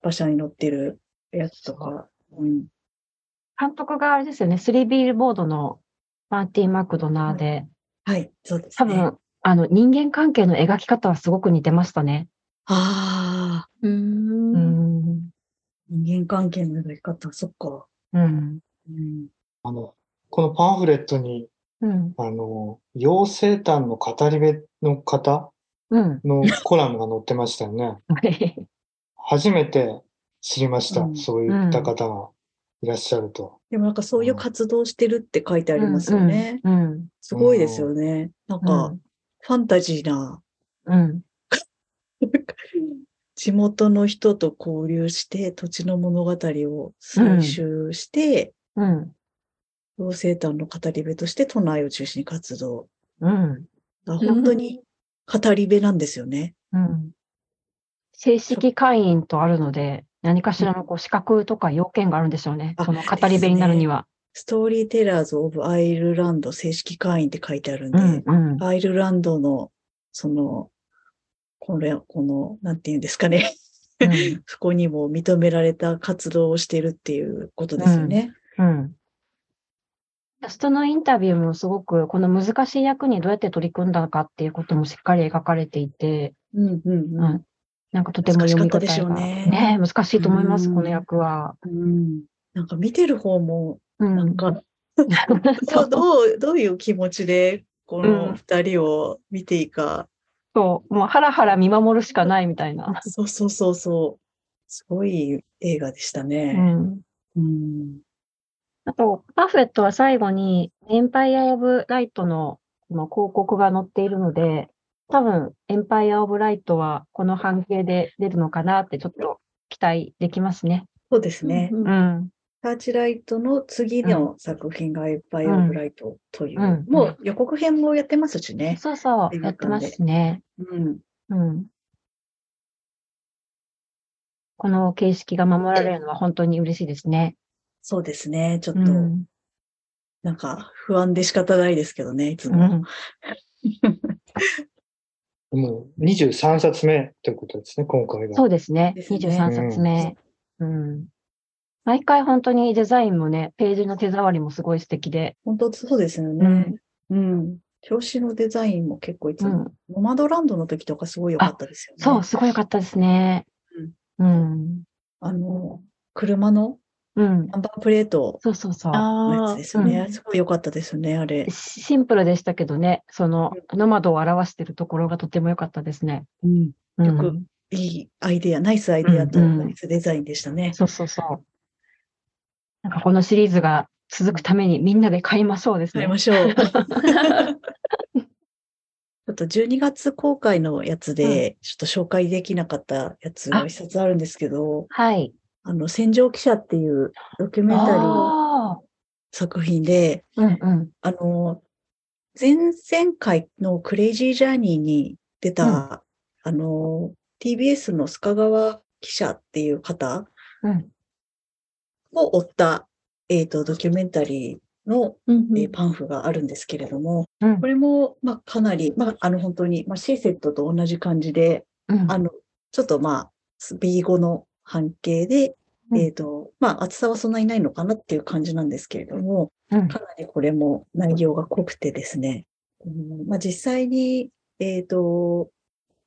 馬車に乗ってるやつとか。うん、監督があれですよね、スリービールボードのマーティー・マクドナーで、はい。はい、そうです、ね、多分、あの、人間関係の描き方はすごく似てましたね。ああ。うん。人間関係の描き方、そっか。うん。うん、あの、このパンフレットに、うん、あの、妖精誕の語り部の方うん、のコラムが載ってましたよね。 初めて知りました、うん、そういった方がいらっしゃると。でもなんかそういう活動してるって書いてありますよね。うん、うん、すごいですよね。なんか、ファンタジーな、うん、 地元の人と交流して、土地の物語を採集して、うん、妖精団の語り部として都内を中心に活動。うん、本当に語り部なんですよね。うん。正式会員とあるので、何かしらのこう資格とか要件があるんでしょうね。その語り部になるには、ね。ストーリーテラーズ・オブ・アイルランド正式会員って書いてあるんで、うんうん、アイルランドの、その、これ、この、なんて言うんですかね。 うん、そこにも認められた活動をしてるっていうことですよね。うん、うんキャストのインタビューもすごく、この難しい役にどうやって取り組んだかっていうこともしっかり描かれていて、うんうんうん。うん、なんかとても読み方がねね難しいと思います、この役は。うん。なんか見てる方も、なんか、うん、どう、どういう気持ちで、この二人を見ていいか、うん、 そう、もうハラハラ見守るしかないみたいな。そうそうそうそう。すごい映画でしたね。うん。うんあと、パフェットは最後に、エンパイア・オブ・ライトの広告が載っているので、多分、エンパイア・オブ・ライトはこの半径で出るのかなってちょっと期待できますね。そうですね。うん。サーチライトの次の作品がエンパイア・オブ・ライトという、うん、もう予告編もやってますしね。そうそう、やってますね。うん。うん。この形式が守られるのは本当に嬉しいですね。そうですね。ちょっと、うん、なんか不安で仕方ないですけどね、いつも。うん、もう23冊目ということですね、今回が。そうですね。すね23冊目。うん、うん毎回本当にデザインもね、ページの手触りもすごい素敵で。本当そうですよね。うん。うん、表紙のデザインも結構いつも、ノ、うん、マドランドの時とかすごい良かったですよね。そう、すごい良かったですね。うん。うん。あの、車のうん、ナンバープレート。そうそうそう。のやつですね。すごい良かったですね、あれ。シンプルでしたけどね、その、ノマドを表してるところがとても良かったですね。うん。よく、いいアイデア、ナイスアイデアと、ナイスデザインでしたね。そうそうそう。なんかこのシリーズが続くためにみんなで買いましょうですね。買いましょう。 ちょっと12月公開のやつで、ちょっと紹介できなかったやつが一冊あるんですけど、はい。あの、戦場記者っていうドキュメンタリー作品で、うんうん、あの、前々回のクレイジージャーニーに出た、うん、あの、TBS の須賀川記者っていう方、うんを追った、えっ、ー、と、ドキュメンタリーの、うんうん、えー、パンフがあるんですけれども、うん、これも、まあ、かなり、まあ、あの、本当に、まあ、シーセットと同じ感じで、うん、あの、ちょっと、まあ、B5 の半径で、うん、えっ、と、まあ、厚さはそんなにないのかなっていう感じなんですけれども、かなりこれも内容が濃くてですね、うんまあ、実際に、えっ、ー、と、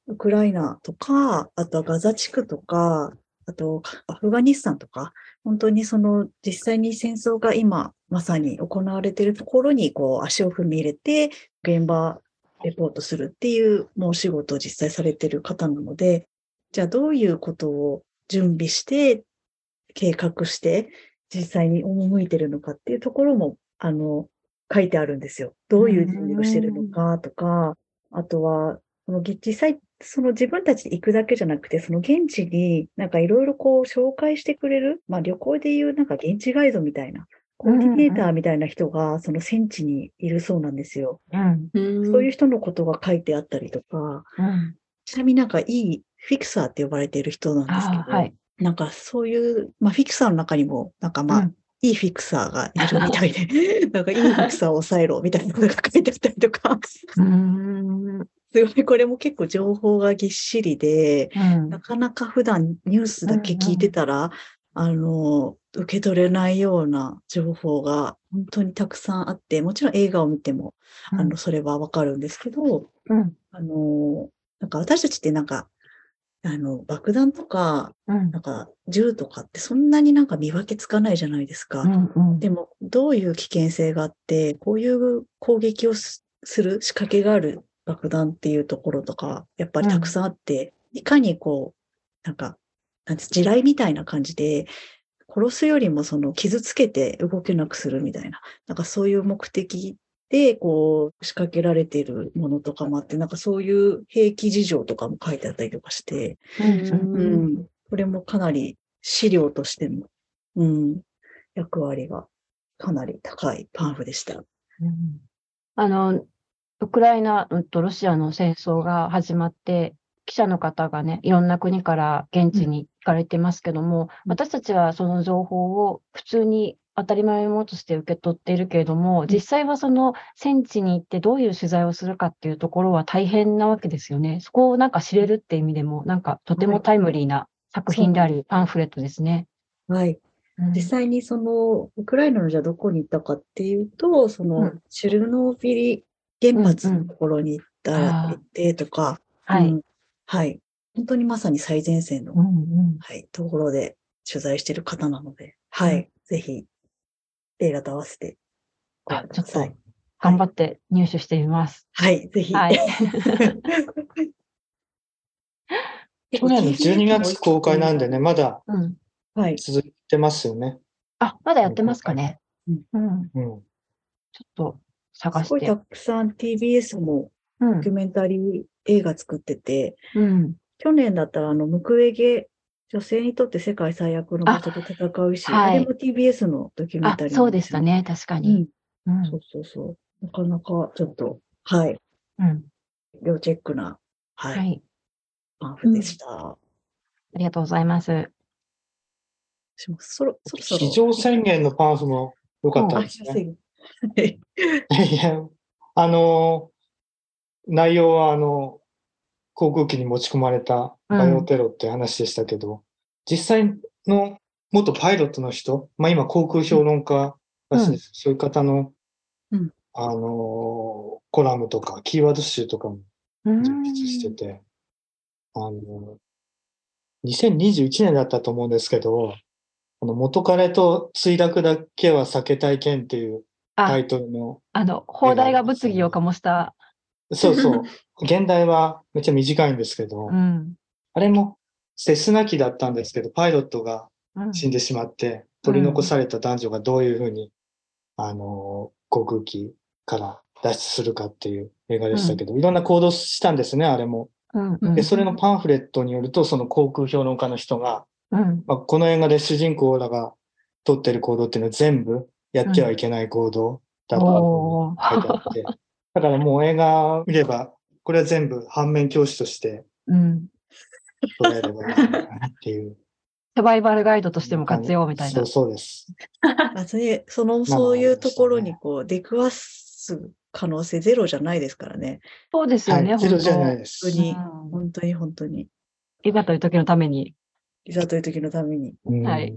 ウクライナとか、あとはガザ地区とか、あと、アフガニスタンとか、本当にその実際に戦争が今まさに行われているところにこう足を踏み入れて現場レポートするっていうもう仕事を実際されている方なので、じゃあどういうことを準備して計画して実際に赴いてるのかっていうところもあの書いてあるんですよ。どういう準備をしてるのかとか、あとはその実際その自分たちで行くだけじゃなくて、その現地になんかいろいろこう紹介してくれる、まあ旅行でいうなんか現地ガイドみたいな、コーディネーターみたいな人がその戦地にいるそうなんですよ。うんうん、そういう人のことが書いてあったりとか、うん、ちなみになんかいいフィクサーって呼ばれている人なんですけど、はい、なんかそういう、まあフィクサーの中にも、なんかまあ、いいフィクサーがいるみたい で、なんかいいフィクサーを抑えろみたいなことが書いてあったりとか。すごい、これも結構情報がぎっしりで、うん、なかなか普段ニュースだけ聞いてたら、うんうん、あの、受け取れないような情報が本当にたくさんあって、もちろん映画を見ても、うん、あの、それはわかるんですけど、うん、あの、なんか私たちってなんか、あの、爆弾とか、なんか銃とかってそんなになんか見分けつかないじゃないですか。うんうん、でも、どういう危険性があって、こういう攻撃をする仕掛けがある爆弾っていうところとか、やっぱりたくさんあって、うん、いかにこう、なんか、なんて地雷みたいな感じで、殺すよりもその傷つけて動けなくするみたいな、なんかそういう目的で、こう、仕掛けられているものとかもあって、なんかそういう兵器事情とかも書いてあったりとかして、うん、うん、これもかなり資料としての、うん、役割がかなり高いパンフでした。うん、あの、ウクライナとロシアの戦争が始まって、記者の方がね、いろんな国から現地に行かれてますけども、うん、私たちはその情報を普通に当たり前のものとして受け取っているけれども、実際はその戦地に行ってどういう取材をするかっていうところは大変なわけですよね。そこをなんか知れるって意味でも、なんかとてもタイムリーな作品であり、パンフレットですね。はい。実際にその、ウクライナのじゃあどこに行ったかっていうと、その、うん、シュルノービリ原発のところに行ったら、行ってとか、はい、はい。本当にまさに最前線の、うんうん、はい、ところで取材している方なので、はい、うん、ぜひ、映画と合わせてご覧ください。頑張って入手してみます。、はい、ぜひ。はい 去年の12月公開なんでね、まだ続いてますよね。うんはい、あ、まだやってますかね。うん。ちうん、ょっと探して。すごいたくさん TBS もドキュメンタリー映画作ってて、うん、去年だったらあの、ムクウェゲ女性にとって世界最悪の場所と戦うし、あ,、れも TBS のドキュメンタリー、ね、そうでしたね、確かに、うん。そうそうそう。なかなかちょっと、はい。うん。要チェックな、はい。はい、パンフでした、うん、ありがとうございます。しますそろそろそろ。非常宣言のパンフも良かったですね。いや、あの、内容は、あの、航空機に持ち込まれたバイオテロって話でしたけど、うん、実際の元パイロットの人、まあ今航空評論家らしいです、うん、そういう方の、うん、あのー、コラムとか、キーワード集とかも充実してて、あのー、2021年だったと思うんですけど、この元彼と墜落だけは避けたい件っていうタイトルの。あの、放題が物議を醸した。そうそう。現代はめっちゃ短いんですけど、うん、あれもセスナ機だったんですけど、パイロットが死んでしまって、うん、取り残された男女がどういうふうに、うん、あの、航空機から脱出するかっていう映画でしたけど、いろんな行動したんですね、あれも。うんうん、でそれのパンフレットによると、その航空評論家の人が、まあ、この映画で主人公らが取ってる行動っていうのは全部やってはいけない行動だと書いてあって、だからもう映画見れば、これは全部反面教師として、うん。捉えればいいかなっていう。サバイバルガイドとしても活用みたいな。そうそうです。それその、そういうところにこう、出くわす可能性ゼロじゃないですからね。そうですよね、はい、ゼロじゃないです。本当に、本当に本当に。いざという時のために。いざという時のために。はい。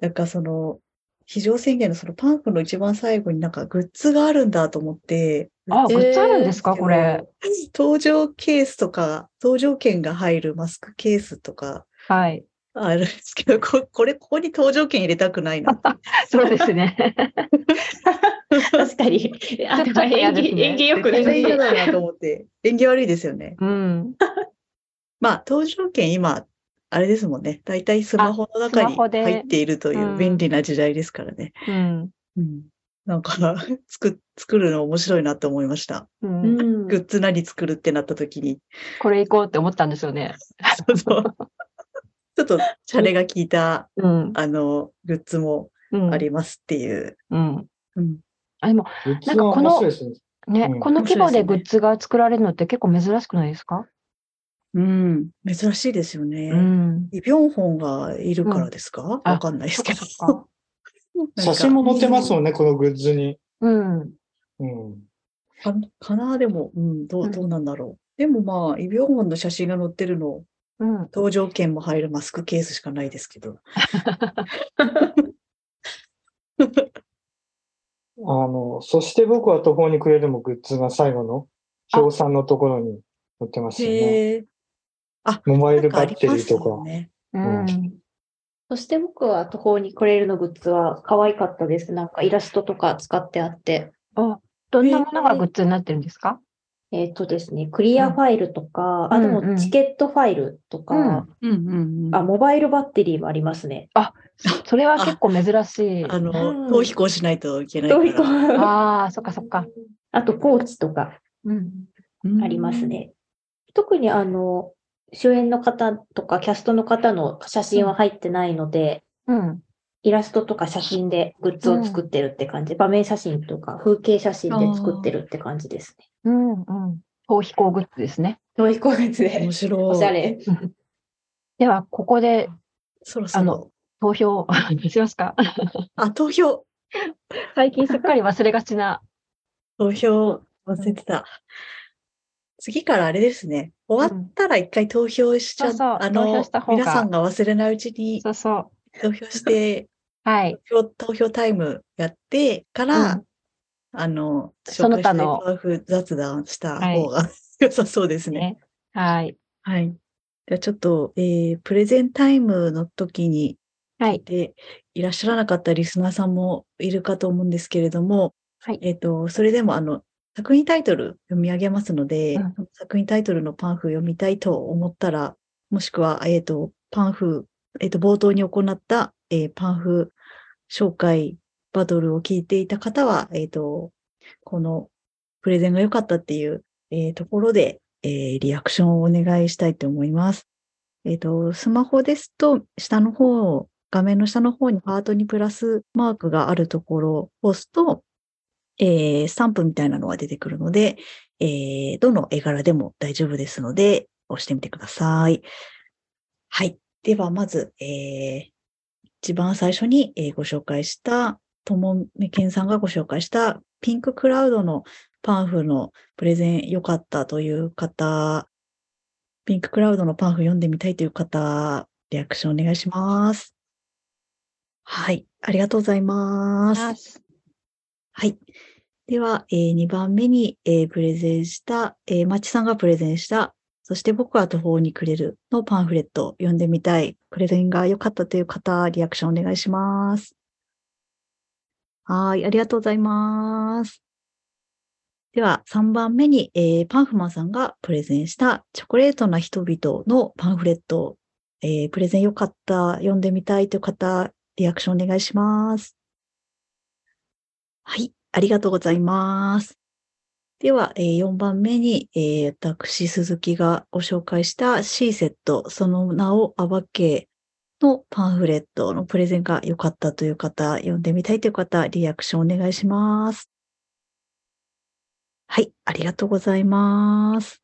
なんかその、非常宣言のそのパンフの一番最後になんかグッズがあるんだと思って。あ、グッズあるんですかこれ。登場ケースとか、登場券が入るマスクケースとか。はい。あるんですけど、ここれ、ここに登場券入れたくないな。そうですね。 確かに。あ、でも演技、ね、演技よくない。全然嫌だなと思って。演技悪いですよね。うん。まあ、登場券今、あれですもんね。大体スマホの中に入っているという便利な時代ですからね。うん。うん、なんか、 作、作るの面白いなって思いました。うん、グッズ何作るってなった時 に。これ行こうって思ったんですよね。そうそう。ちょっと、チャレが効いた、うん、あの、グッズもありますっていう。うん。うん。あ、でも、なんかこの、ね、この規模でグッズが作られるのって結構珍しくないですかうん、珍しいですよね。うん、イ・ビョンホンがいるからですか、わ、うん、かんないですけど。 写真も載ってますもんね、このグッズに。うん。うん。かかなでも、うん、どう、どうなんだろう。うん、でもまあ、イ・ビョンホンの写真が載ってるの、うん、登場券も入るマスクケースしかないですけど。あの、そして僕は途方に暮れでもグッズが最後の、表さんのところに載ってますよね。あ、モバイルバッテリーとか。かね、うん。そして僕は途方にくれるのグッズは可愛かったです。なんかイラストとか使ってあって。あ、どんなものがグッズになってるんですかえっとですね、クリアファイルとか、うん、あ、でもチケットファイルとか、あ、モバイルバッテリーもありますね。あ、それは結構珍しい。あ,あの、逃避行しないといけない逃避行。ああ、そっかそっか。あと、コーチとか、うん、ありますね。特にあの、主演の方とかキャストの方の写真は入ってないので、うん、イラストとか写真でグッズを作ってるって感じ、うん、場面写真とか風景写真で作ってるって感じですね。うんうん。逃避行グッズですね。逃避行グッズで。面白い。おしゃれ。では、ここで、そろそろあの投票 しますかあ、投票。最近すっかり忘れがちな。投票忘れてた。次からあれですね。終わったら一回投票しちゃ、うん、あの、皆さんが忘れないうちに、。そうそう投票して、はい。投票、投票タイムやってから、うん、あの、その他の雑談した方が、はい、良さそうですね。ねはい。はい。じゃあちょっと、えー、プレゼンタイムの時に、はい。で、いらっしゃらなかったリスナーさんもいるかと思うんですけれども、はい。えっ、と、それでも、あの、作品タイトル読み上げますので、うん、作品タイトルのパンフ読みたいと思ったら、もしくは、えっ、ー、と、パンフ、えっ、ー、と、冒頭に行った、えー、パンフ紹介バトルを聞いていた方は、えっ、と、このプレゼンが良かったっていう、えところで、えリアクションをお願いしたいと思います。えっ、ー、と、スマホですと、下の方、画面の下の方にハートにプラスマークがあるところを押すと、えー、スタンプみたいなのが出てくるので、えー、どの絵柄でも大丈夫ですので、押してみてください。はい。では、まず、えー、一番最初に、えー、ご紹介した、ともめけんさんがご紹介したピンククラウドのパンフのプレゼン良かったという方、ピンククラウドのパンフ読んでみたいという方、リアクションお願いします。はい。ありがとうございます。はい。では、えー、2番目に、えー、プレゼンした、えー、まちさんがプレゼンした、そして僕は途方にくれるのパンフレット読んでみたい。プレゼンが良かったという方、リアクションお願いします。はい。ありがとうございます。では、3番目に、えー、パンフマンさんがプレゼンしたチョコレートな人々のパンフレット、えー、プレゼン良かった、読んでみたいという方、リアクションお願いします。はい。ありがとうございます。では、えー、4番目に、えー、私、鈴木がご紹介したシーセット、その名を暴けのパンフレットのプレゼンが良かったという方、読んでみたいという方、リアクションお願いします。はい、ありがとうございます。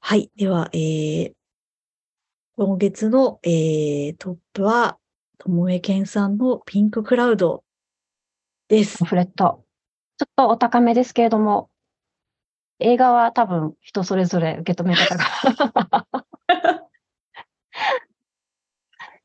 はい、では、えー、今月の、えー、トップは、ともえけんさんのピンククラウドです。パンフレット。ちょっとお高めですけれども、映画は多分人それぞれ受け止め方が。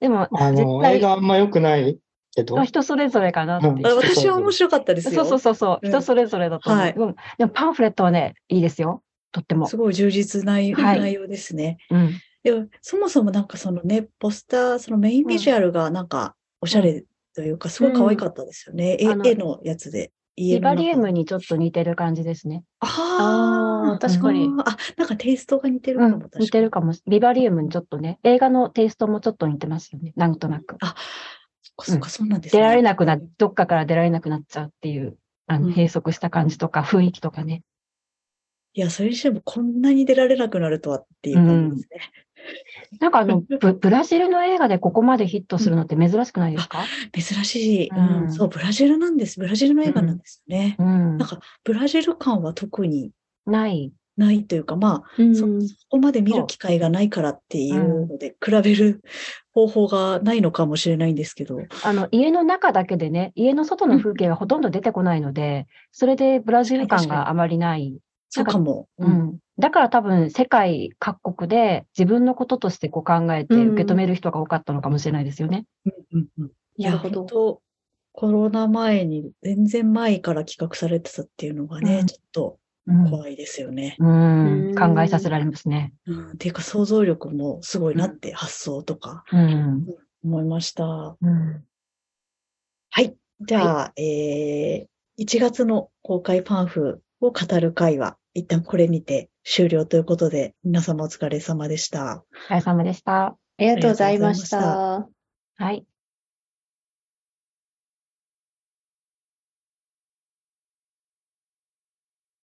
でも、あの、映画あんま良くないけど。人それぞれかなって、うん、私は面白かったですよ。そうそうそう、うん、人それぞれだと思う、はい、うん。でもパンフレットはね、いいですよ。とっても。すごい充実な、はい、内容ですね。うん。でも、そもそもなんかそのね、ポスター、そのメインビジュアルがなんか、おしゃれというか、すごい可愛かったですよね。うん、絵のやつで。リバリウムにちょっと似てる感じですね。ああ、確かに。あ、なんかテイストが似てるかも、うん、似てるかも。ビバリウムにちょっとね、映画のテイストもちょっと似てますよね。なんとなく。、あ、そっかそうなんですね、出られなくな、どっかから出られなくなっちゃうっていう、あの、閉塞した感じとか、雰囲気とかね。いや、それにしてもこんなに出られなくなるとはっていう感じですね。うん、なんかあのブ、ブラジルの映画でここまでヒットするのって珍しくないですか、珍しい、うん、そう、ブラジルなんです。ブラジルの映画なんですね。うん、なんか、ブラジル感は特にない。ないというか、まあ、うん、そ、そこまで見る機会がないからっていうので、比べる方法がないのかもしれないんですけど。あの、家の中だけでね、家の外の風景がほとんど出てこないので、それでブラジル感があまりない。そうかも。うん。だから多分世界各国で自分のこととしてこう考えて受け止める人が多かったのかもしれないですよね。うんうんうん、いや、本当コロナ前に全然前から企画されてたっていうのがね、うん、ちょっと怖いですよね。うん、うん、考えさせられますね。うん、ていうか想像力もすごいなって、発想とか、思いました。はい。じゃあ、はい、えー、1月の公開パンフを語る会は、一旦これにて終了ということで、皆様お疲れ様でした。お疲れ様でした。ありがとうございました。はい。